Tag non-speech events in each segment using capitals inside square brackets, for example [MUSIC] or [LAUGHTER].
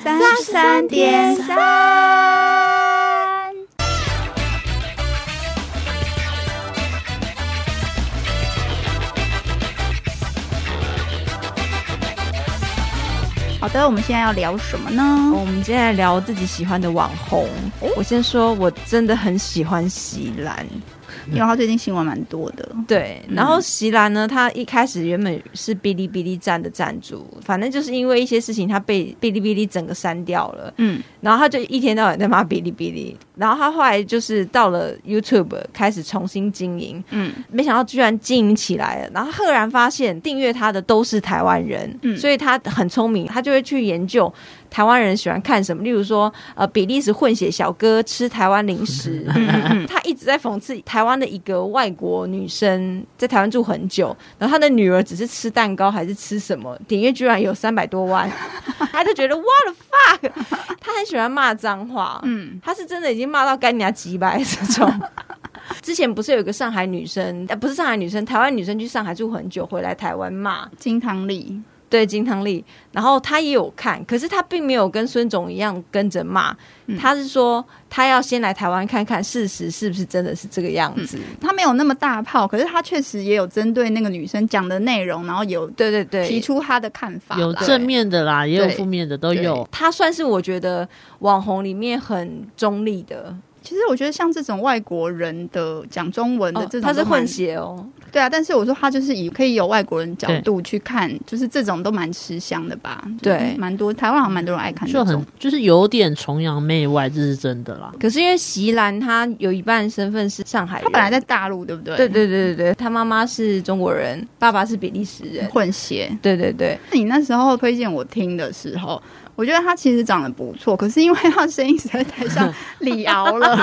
三十三点三。好的，我们现在要聊什么呢？哦我们今天来聊自己喜欢的网红。我先说，我真的很喜欢席兰。因为他最近新闻蛮多的，对，然后席兰呢，他一开始原本是哔哩哔哩站的站主，反正就是因为一些事情，他被哔哩哔哩整个删掉了。嗯，然后他就一天到晚在骂哔哩哔哩，然后他后来就是到了 YouTube 开始重新经营，嗯，没想到居然经营起来了，然后赫然发现订阅他的都是台湾人，嗯所以他很聪明，他就会去研究台湾人喜欢看什么，例如说呃比利时混血小哥吃台湾零食，嗯他一直在讽刺台湾的一个外国女生在台湾住很久，然后他的女儿只是吃蛋糕还是吃什么，点阅居然有三百多 [LAUGHS] 万，他就觉得 what the fuck，他很喜欢骂脏话，嗯，他是真的已经骂到干牙几百这种。之前不是有一个上海女生，呃，不是上海女生，台湾女生去上海住很久，回来台湾骂金汤力，对金汤力，然后她也有看，可是她并没有跟孙总一样跟着骂，嗯她是说她要先来台湾看看事实是不是真的是这个样子。他没有那么大炮，可是他确实也有针对那个女生讲的内容，然后有对对对，提出他的看法啦，有对正面的啦，也有对负面的，都对有。她算是我觉得网红里面很中立的，其实我觉得像这种外国人的讲中文的哦嗯这种、她是混，血哦，对啊，但是我说他就是以可以有外国人角度去看，就是这种都蛮吃香的吧？对就是蛮多台湾好像蛮多人爱看这就种嗯很，就是有点崇洋媚外，这是真的啦。可是因为席兰她有一半身份是上海人，他本来在大陆对不对？对对对对对，她妈妈是中国人，爸爸是比利时人，混血。对对对，你那时候推荐我听的时候，我觉得他其实长得不错，可是因为他声音实在太像李敖了，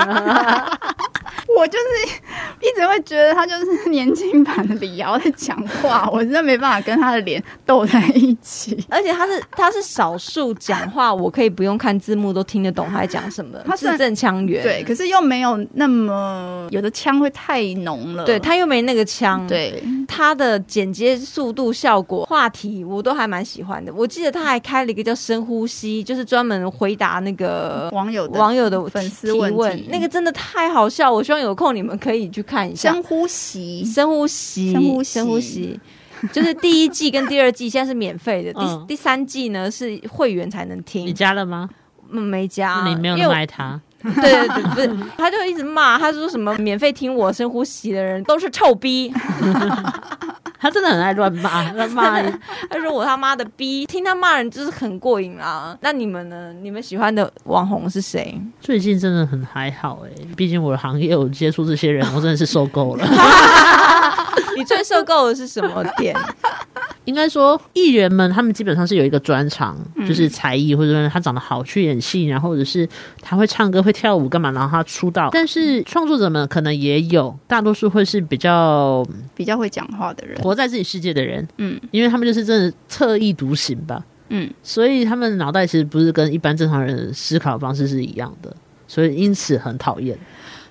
我就是一直会觉得他就是年轻版的李敖在讲话，我真的没办法跟他的脸斗在一起。而且她是她是少数讲话，我可以不用看字幕都听得懂她在讲什么，她虽字然正腔圆，对，可是又没有那么有的腔会太浓了。对，她又没那个嗯腔，，对她的剪接速度、效果、话题，我都还蛮喜欢的。我记得她还开了一个叫“深呼吸”，就是专门回答那个。网友的网友的嗯粉丝提问问题那个真的太好笑，我希望有空你们可以去看一下。深呼吸，深呼吸，深呼吸吸就是第一季跟第二季现在是免费的，嗯第第三季呢是会员才能你听，加了吗？嗯没啊加，那你没有因那为么我爱他，对对对，不是，他就一直骂，他说什么免费听我深呼吸的人都是臭逼，他真的很爱乱 [LAUGHS] 骂，乱骂你。他说我他妈的逼，听他骂人就是很过瘾啦。那你们呢？你们喜欢的网红是谁？最近真的很还好哎、毕竟我的行业有接触这些人，我真的是受够了。 [LAUGHS] 你最受够的是什么点？应该说，艺人们他们基本上是有一个专长，嗯就是才艺，或者说他长得好去演戏，然后或者是他会唱歌、会跳舞干嘛，然后他出道。但是创作者们可能也有，大多数会是比较比较会讲话的人，活在自己世界的人，嗯因为他们就是真的特立独行吧，嗯，所以他们脑袋其实不是跟一般正常人思考方式是一样的，所以因此很讨厌，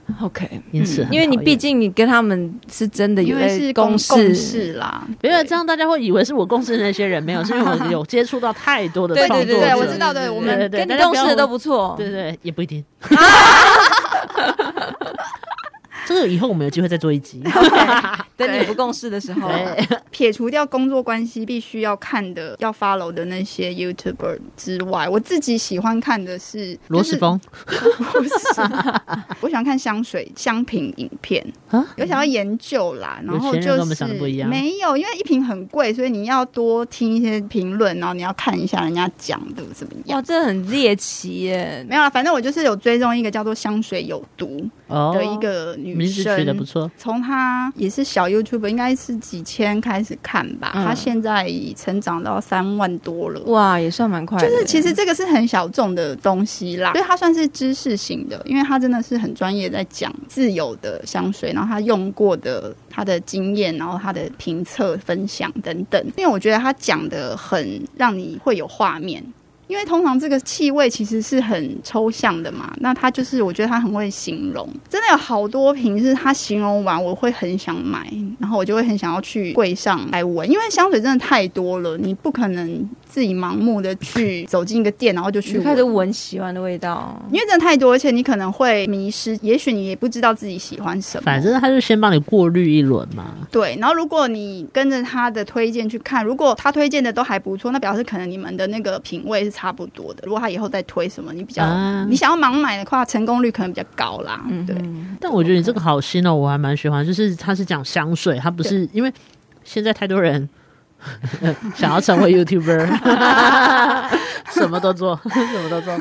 嗯？OK，因此很讨厌、因为你毕竟你跟他们是真的因嗯有呃为是在公事，共事啦，没有这样，大家会以为是我共事的那些人，[LAUGHS] 没有，是因为我有接触到太多的对创对作者，对对我知道对我们对对跟你大家共不要事的都不错，对对，也不一定。 [LAUGHS] 这个以后我们有机会再做 [LAUGHS] 一集。等你不共事的时候。对，撇除掉工作关系必须要看的、要 follow 的那些 YouTuber 之外，我自己喜欢看的是罗世，峰就是不是我喜欢看香水香品影片啊有想要研究啦，然后就有钱人是跟我们想的不一样没有，因为一瓶很贵，所以你要多听一些评论，然后你要看一下人家讲的怎么样。哇，这很猎奇耶！没有啦，啊反正我就是有追踪一个叫做“香水有毒”哦的一个女名字取得不生，错，从她也是小 YouTube，应该是几千开始看吧，嗯她现在已成长到三万多了。哇，也算蛮快的。就是其实这个是很小众的东西啦，所以它算是知识型的，因为它真的是很专业，在讲自有的香水，然后他用过的他的经验，然后他的评测、分享等等。因为我觉得他讲的很让你会有画面。因为通常这个气味其实是很抽象的嘛，那他就是我觉得他很会形容，真的有好多瓶是他形容完我会很想哎买，然后我就会很想要去柜上来闻，因为香水真的太多了，你不可能自己盲目的去走进一个店，然后就去就开始闻。闻喜欢的味道。因为真的太多，而且你可能会迷失，也许你也不知道自己喜欢什么。反正他就先帮你过滤一轮嘛。对，然后如果你跟着他的推荐去看，如果他推荐的都还不错，那表示可能你们的那个品味是差不多的。如果他以后再推什么，你比较、啊你想要盲买的话，成功率可能比较高啦。嗯，对，但我觉得你这个好新哦，我还蛮喜欢。就是他是讲香水，他不是因为现在太多人 [LAUGHS] 想要成为 [LAUGHS] YouTuber，什么都做，什么都做。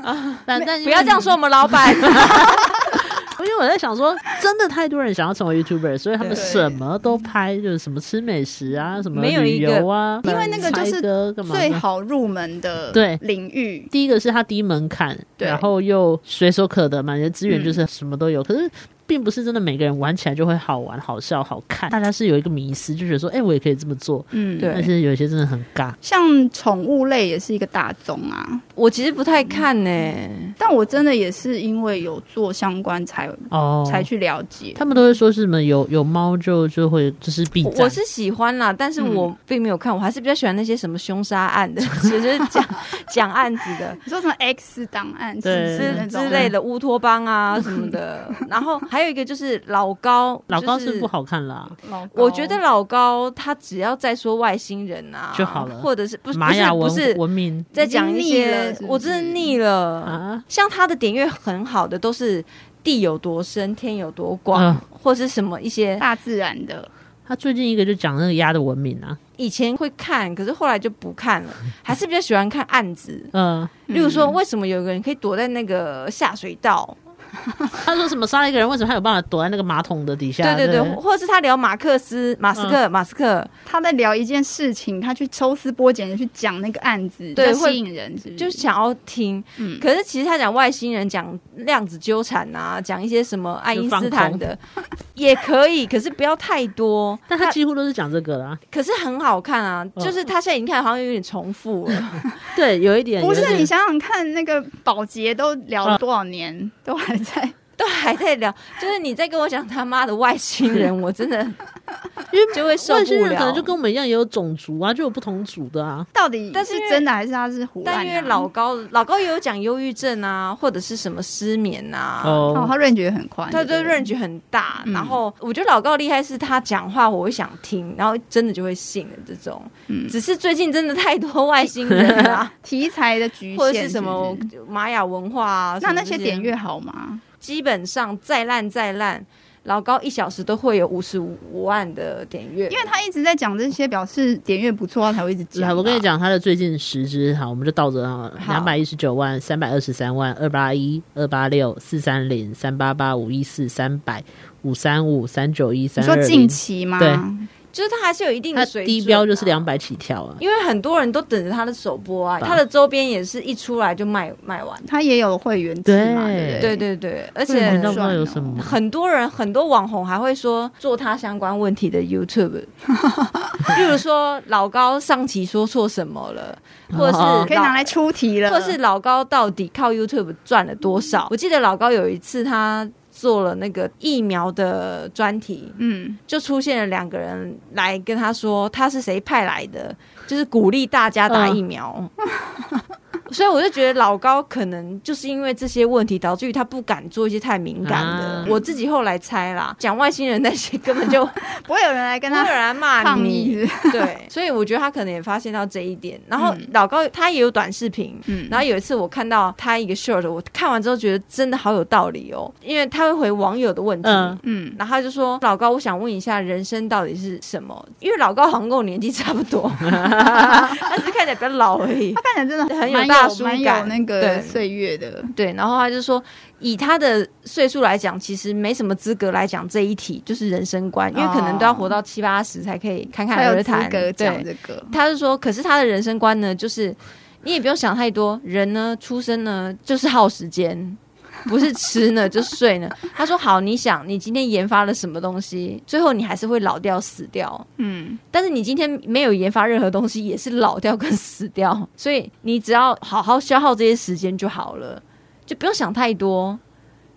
但但啊不要这样说，我们老板。因为我在想说，真的太多人想要成为 YouTuber，所以他们对什么都拍，就是什么吃美食啊，什么没有旅一个游啊，因为那个就是猜歌干嘛的最好入门的对领域，第一个是它低门槛，对然后又随手可得嘛，你的资嗯源就是什么都有。可是并不是真的每个人玩起来就会好玩、好笑、好看，大家是有一个迷思，就觉得说，哎、我也可以这么做。嗯，对但是有一些真的很尬，像宠物类也是一个大宗啊，我其实不太看呢、嗯但我真的也是因为有做相关才、哦，才去了解。他们都会说是什么有有猫就就会就是必我战，我是喜欢啦，但是嗯我并没有看，我还是比较喜欢那些什么凶杀案的， [LAUGHS] 就是讲讲案子 [LAUGHS] 的你说什么 X 档案是不对是那之种之类的嗯乌托邦啊什么的。 [LAUGHS] 然后还有一个就是老高，老高就是不。好看啦，老高？我觉得老高他只要在说外星人啊就好了或者是不是不玛是雅不文是文明在讲一已经腻了些是不是我真的腻了。啊，像他的点阅很好的都是地有多深，天有多广，嗯或是什么一些大自然的，他最近一个就讲那个鸭的文明啊，以前会看，可是后来就不看 [LAUGHS] 了，还是比较喜欢看案子。嗯、例如说，为什么有个人可以躲在那个下水道？他说什么杀了一个人，为什么他有办法躲在那个马桶的底嗯下？对对对，对或或是他聊马克思、马斯克、马斯克，他在聊一件事情，他去抽丝剥茧的去讲那个案子，对比较会吸引人，嗯是不是？就是想要听。嗯可是其实他讲外星人、讲量子纠缠啊，讲一些什么爱因斯坦的 [LAUGHS] 也可以，可是不要太多。但他几乎都是讲这个啦。可是很好看啊，嗯就是他现在已经看好像有点重复了。 [LAUGHS] 对，有一点不有一是点你想想看，那个保洁都聊了多少年，都还在，都还在聊，就是你在跟我讲他妈的外星人，我真的因就会受外不星人可了能就。跟我们一样，也有种族啊，就有不同族的啊。到底但是是因为真的还是他是胡乱、啊？但因为老高老高也有讲忧郁症啊，或者是什么失眠啊，哦，他润觉很宽，他的对不对 range 很大。嗯然后我觉得老高厉害是他讲话我会想听，然后真的就会信的这种。嗯，只是最近真的太多外星人啊 [LAUGHS] 题材的局限或者是是什么不是玛雅文化啊，那什么那这些点阅好吗？基本上再烂再烂。老高一小时都会有五十五万的点阅，因为他一直在讲这些，表示点阅不错，他才会一直讲来，吧。我跟你讲，他的最近十支，好，我们就倒着好了，好两百一十九万、三百二十三万、二八一、二八六、四三零、三八八、五一四、三百、五三五、三九一、你三说二近零。期吗？对就是他还是有一定他的水准、低标就是两百，百起跳啊，因为很多人都等着他的首播啊，吧他的周边也是一出来就卖卖完。他也有会员制对嘛，对不对对对，而不然且你知道不知道有赚哦什么？很多人很多网红还会说做他相关问题的 [LAUGHS] YouTube，例如说老高上期说错什么了，或者是哦可以拿老。来出题了，或是老高到底靠 YouTube 赚了多少？我记得老高有一次他做了那个疫苗的专题，嗯，就出现了两个人来跟他说他是谁派来的，就是鼓励大家打疫苗。 [LAUGHS] 所以我就觉得老高可能就是因为这些问题，导致于他不敢做一些太敏感的。啊我自己后来猜啦，讲外星人那些根本就不会有人来跟跟他他有人来骂抗你。议，对，所以我觉得他可能也发现到这一点。然后老高他也有短视频，嗯，然后有一次我看到他一个 short，我看完之后觉得真的好有道理哦，因为他会回网友的问题。嗯嗯，然后他就说：“老高，我想问一下，人生到底是什么？因为老高好像跟我年纪差不 [LAUGHS] 多，他只是看起来比较老而已他。看起来真的很有蛮大叔蛮有感那个对岁月的。对，然后他就说，以他的岁数来讲，其实没什么资格来讲这一题，就是人生观，因为可能都要活到七八十哦才可以侃侃才有而资谈。格讲对，这个，他就说，可是他的人生观呢，就是你也不用想太多，人呢，出生呢就是耗时间。”不是吃呢，就是睡呢。他说：“好，你想，你今天研发了什么东西，最后你还是会老掉、死掉。嗯，但是你今天没有研发任何东西，也是老掉跟死掉，所以你只要好好消耗这些时间就好了，就不用想太多。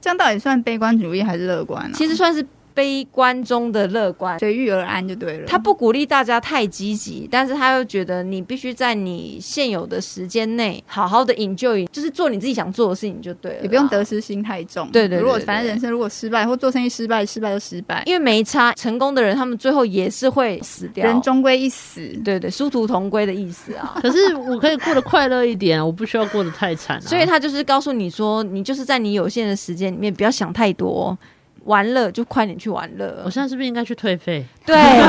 这样到底算悲观主义还是乐观啊？其实算是悲观中的乐观。随遇而安就对了。他不鼓励大家太积极，但是他又觉得你必须在你现有的时间内好好的 enjoy，就是做你自己想做的事情就对了啦，也不用得失心太重。对对对如果对对反正人生如果失败或做生意失败，失败就失败，因为没差。成功的人，他们最后也是会死掉，人终归一死。对对，殊途同归的意思啊。可是我可以过得快乐一点，我不需要过得太惨、啊。所以他就是告诉你说，你就是在你有限的时间里面，不要想太多，玩乐就快点去玩乐我。现在是不是应该去退费？对， [LAUGHS]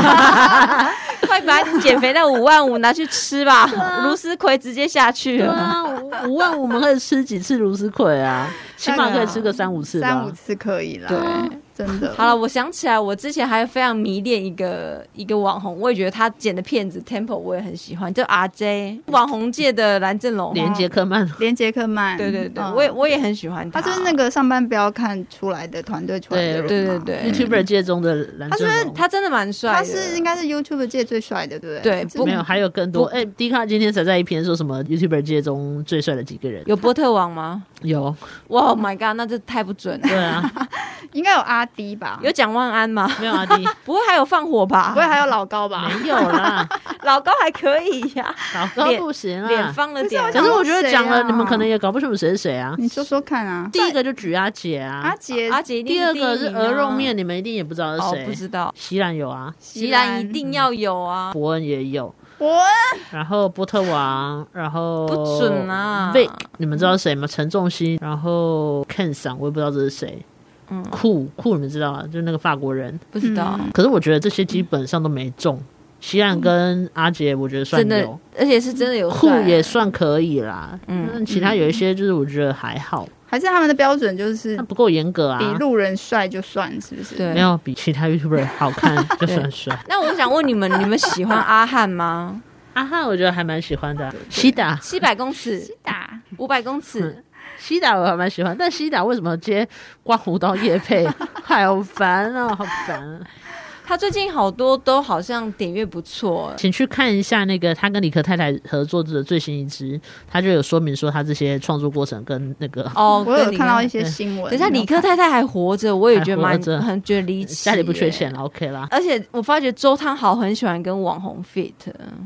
快把你减肥那五万五拿去吃吧，啊卢思奎直接下去对了。啊，五五万五我们可以吃几次芦丝葵啊？起码可以吃个三五次吧。三五次可以啦，对，真的。 [LAUGHS] 好了，我想起来，我之前还非常迷恋一个一个网红，我也觉得他剪的片子 Temple 我也很喜欢，叫 RJ，网红界的蓝正龙。连杰克曼，连杰克曼，对对对，嗯我也我也很喜欢他他。就是那个上班不要看出来的团队出来的人嘛对对对 YouTuber 界中的蓝正龙，他真的蛮帅的，他是应该是 YouTube 界最帅的，对不对？对是不没有，还有更多。哎、迪卡今天才在一篇说什么 YouTuber 界中最帅的几个人，有波特王吗？有，哇、oh、，My God，那这太不准了。对啊，应该有阿迪吧？有蒋万安吗？ [LAUGHS] 没有阿弟，不会还啊有放火吧？不会还有老高吧？没有啦，老高还可以 [LAUGHS] 呀、老高不行脸啦。方了点不。可是我觉得讲了，谁啊你们可能也搞不清楚谁是谁啊。你说说看啊，第一个就举阿姐阿啊，杰、阿杰一定第二个第一是名啊鹅肉面，你们一定也不知道是哦，谁。不知道，席兰有啊，席兰一定要有啊，伯恩也有，我然后波特王，然后不准啊 Vic，你们知道谁吗？陈仲熙，然后 Ken 桑，我也不知道这是谁。嗯酷酷，你们知道啊？就那个法国人。不知道。嗯可是我觉得这些基本上都没中。席兰跟阿杰，我觉得算真的有，，而且是真的有酷帅也算可以啦。嗯嗯，其他有一些就是我觉得还好，还是他们的标准就是但不够严格啊比。路人帅就算，是不是？对没有比其他 YouTuber 好看就算 [LAUGHS] 帅。那我想问你们，你 [LAUGHS] 们喜欢阿汉吗？阿汉啊我觉得还蛮喜欢的啊，西达七百公尺，打五百公尺，西达我还蛮喜欢，但西达为什么接刮胡刀叶配， [LAUGHS] 好烦啊，好烦、啊！他最近好多都好像点阅不错，请去看一下那个他跟李克太太合作的最新一支，他就有说明说他这些创作过程跟那个哦，我有对看到李嗯克一些新闻。等一下，理科太太还活着，我也觉还得活蛮着很觉得离奇。家里不缺钱，了，OK 啦。而且我发觉周汤豪很喜欢跟网红 fit。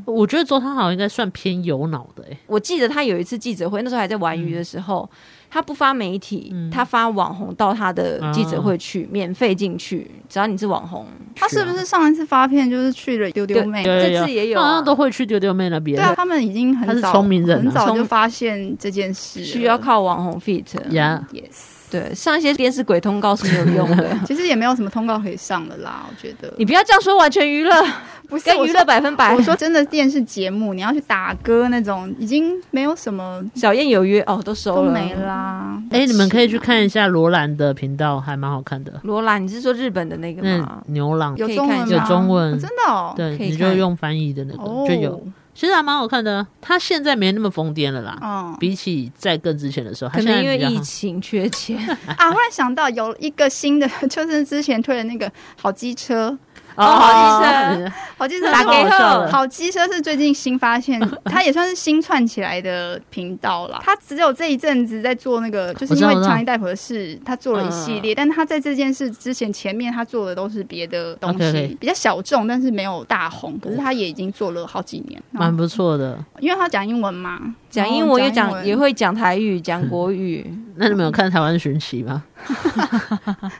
我觉得周汤豪应该算偏有脑的、欸，我记得他有一次记者会，那时候还在玩鱼的时候，他不发媒体，他发网红到他的记者会去，免费进去，只要你是网红。他是不是上一次发片就是去了丢丢妹？有有这次也有啊啊好像都会去丢丢妹那边。对啊，他们已经很他早是聪明人啊很早就聪发现这件事了，需要靠网红 fit，、呀， yes。对，上一些电视鬼通告是没有用的。其实也没有什么通告可以上了啦，我觉得你不要这样说，完全娱乐不是跟我娱说乐百分百。我说真的，电视节目你要去打歌那种，已经没有什么小燕有约哦，都收都了，没。啦。哎、你们可以去看一下罗兰的频道，还蛮好看的。罗兰，你是说日本的那个吗那？牛郎有可以中文看吗？一下有中文哦真的哦。对，可以你就看用翻译的那个、哦，就有，其实还蛮好看的。他现在没那么疯癫了啦，嗯比起在更之前的时候，他可现在能因为比较疫好情缺钱，啊，忽然想到有一个新的， [LAUGHS] 就是之前推的那个好机车，哦，好医生好机车打是我给后好机车是最近新发现， [LAUGHS] 它也算是新串起来的频道啦。它只有这一阵子在做那个，就是我知因道为我知道强尼戴普的事，他做了一系列。但他在这件事之前，前面他做的都是别的东啊西 OK，OK 比较小众，但是没有大红。可是他也已经做了好几年，然蛮后不错的。因为他讲英文嘛，哦讲英文文也讲，也会讲台语，讲国语。那你们有看台湾寻奇吗？ [LAUGHS]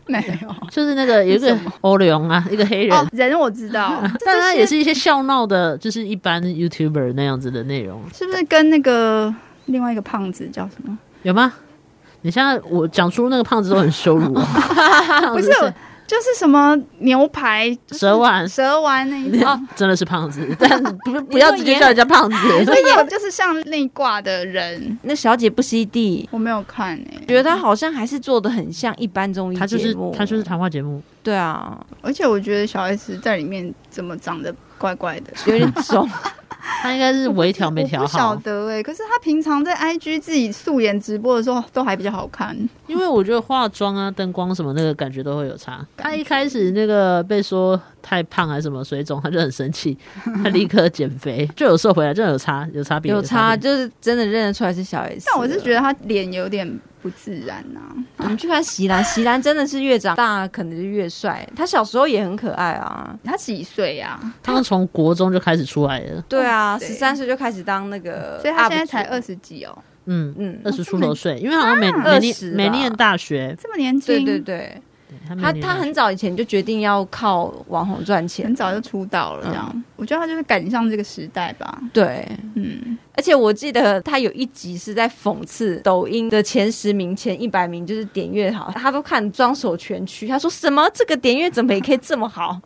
没有。就是那个有一个欧龙啊，一个黑人， [LAUGHS] 哦，人我知道，但他也是一些笑闹的，就是一般 YouTuber 那样子的内容，是不是跟那个另外一个胖子叫什么？有吗？你现在我讲出那个胖子都很羞辱我，不是，就是什么牛排蛇丸蛇丸那一种。哦，真的是胖子，但不不你要说直接也叫人家胖子。所以我就是像内挂的人，那小姐不吸地，我没有看欸诶、觉得她好像还是做的很像一般综艺他就是节目他就是谈话节目，对啊，而且我觉得小 S 在里面怎么长得怪怪的，有 [LAUGHS] 点肿。他应该是微调没我调不晓好，得诶、可是她平常在 IG 自己素颜直播的时候都还比较好看，因为我觉得化妆啊、灯光什么那个感觉都会有差。他一开始那个被说太胖还是什么水肿，他就很生气，他立刻减肥，就有瘦回来，就有差，有差别，有差，别就是真的认得出来是小 S。但我是觉得，得她脸有点不自然啊。我们去看席兰，席兰真的是越长大可能就越帅。他小时候也很可爱啊，他几岁啊？他们从国中就开始出来了，对啊，哇塞十三岁就开始当那个 UP 主，所以他现在才二十几哦，嗯，嗯，二十出头岁，因为好像没没20念吧没念大学，这么年轻，对对对，他没他念他大学很早以前就决定要靠网红赚钱很，早就出道了，这样。嗯我觉得他就是赶上这个时代吧。对。嗯，而且我记得他有一集是在讽刺抖音的前十名、前一百名，就是点阅好，他都看装手全区。他说什么这个点阅怎么也可以这么 [LAUGHS] 好？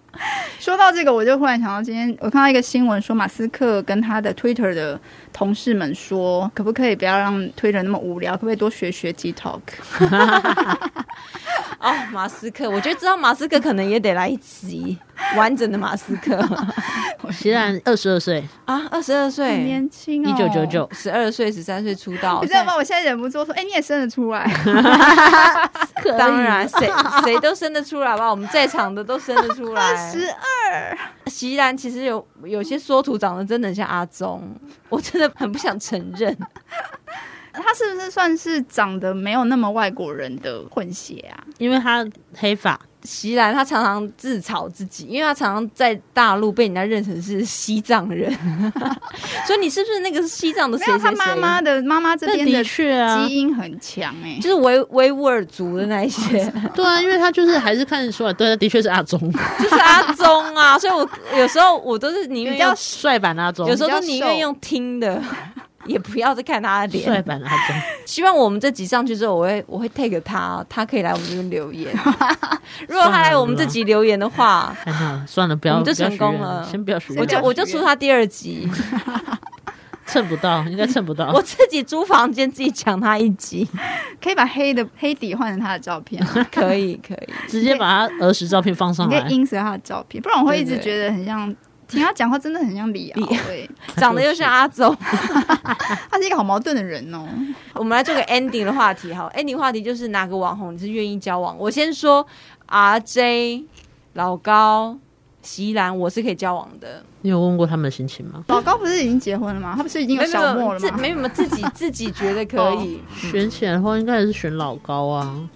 说到这个，我就忽然想到今天我看到一个新闻，说马斯克跟他的 Twitter 的同事们说，可不可以不要让 Twitter 那么无聊，可不可以多学学 TikTok？哦，马斯克，我觉得知道马斯克可能也得来一集完整的马斯克 [LAUGHS] 席兰二十二岁，啊，二十二很岁，年轻哦，一九九。九，十二岁、十三岁出 [LAUGHS] 道，你知道吗？我现在忍不住说，哎、你也生得出 [LAUGHS] 来，当然， [LAUGHS] 谁谁都生得出来吧？我们在场的都生得 [LAUGHS] 出来。十席然其实有有些缩图长得真的很像阿宗，我真的很不想承认。他是不是算是长得没有那么外国人的混血啊？因为他黑发，席然他常常自嘲自己，因为他常常在大陆被人家认成是西藏人， [LAUGHS] 所以你是不是那个西藏的谁没有，谁他谁？妈妈的妈妈这但边的的确啊基，因很强哎、就是维维吾尔族的那 [LAUGHS] 一些，对啊，因为他就是还是看得出来，对，他的确是阿忠，就是阿宗啊。所以我有时候我都是宁愿比 [LAUGHS] 较用，帅版阿忠，有时候比较都宁愿用听的，也不要再看他的帅 [LAUGHS] 脸。版阿忠，希望我们这集上去之后，我会我会 take 他，他可以来我们这边 [LAUGHS] 留言。如果他来我们这集留言的话， [LAUGHS] 哎呀，算了，不要，我们就不要成功许愿了先不要许愿，我就我就出他第二集， [LAUGHS] 蹭不到，应该蹭不到我。自己租房间自己抢他一集，可以把黑的黑底换成他的照片啊， [LAUGHS] [LAUGHS] 可以可以。直接把他儿时照片放上你可来以，因此他的照片，不然我会一直对对觉得很像。听他讲话真的很像李敖哎，长得又像阿周。他是一个好矛盾的人哦。 [LAUGHS] 我们来做个 ending 的话题，好，ending 话题就是哪个网红你是愿意交往？我先说 R J、老高、席兰，我是可以交往的。你有问过他们的心情吗？老高不是已经结婚了吗？他不是已经有小莫了自吗？哦没有没有 [LAUGHS] 自己自己觉得可以，选起来的话，应该还是选老高啊，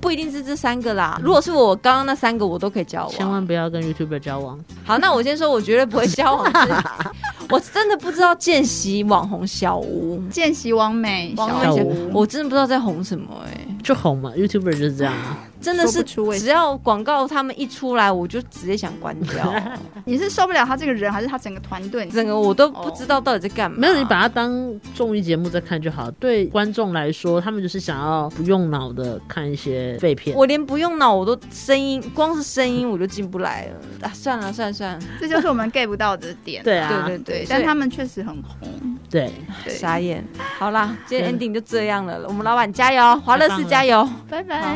不一定是这三个啦。如果是我刚刚那三个，我都可以交千啊往。万不要跟 YouTuber 交往。好，那我先说，我绝对不会交往的是。 [LAUGHS] 我真的不知道见习网红小吴，见习王美，王小美姐吴，我真的不知道在红什么哎、就红嘛，YouTuber 就是这样啊。真的是说不出为什么只要广告他们一出来，我就直接想关 [LAUGHS] 掉，你是受不了他这个人，还是他整个团队？哦整个我都不知道到底在干嘛。没有，你把它当综艺节目在看就好。对观众来说，他们就是想要不用脑的看一些废片。我连不用脑，我都声音光是声音我就进不来了啊！算了算了算了，这就是我们 get 不到的点。对啊，对对对，所以但他们确实很红。对对，傻眼。好啦，今真天的 ending 就这样了，我们老板加油，华乐士加油。拜拜。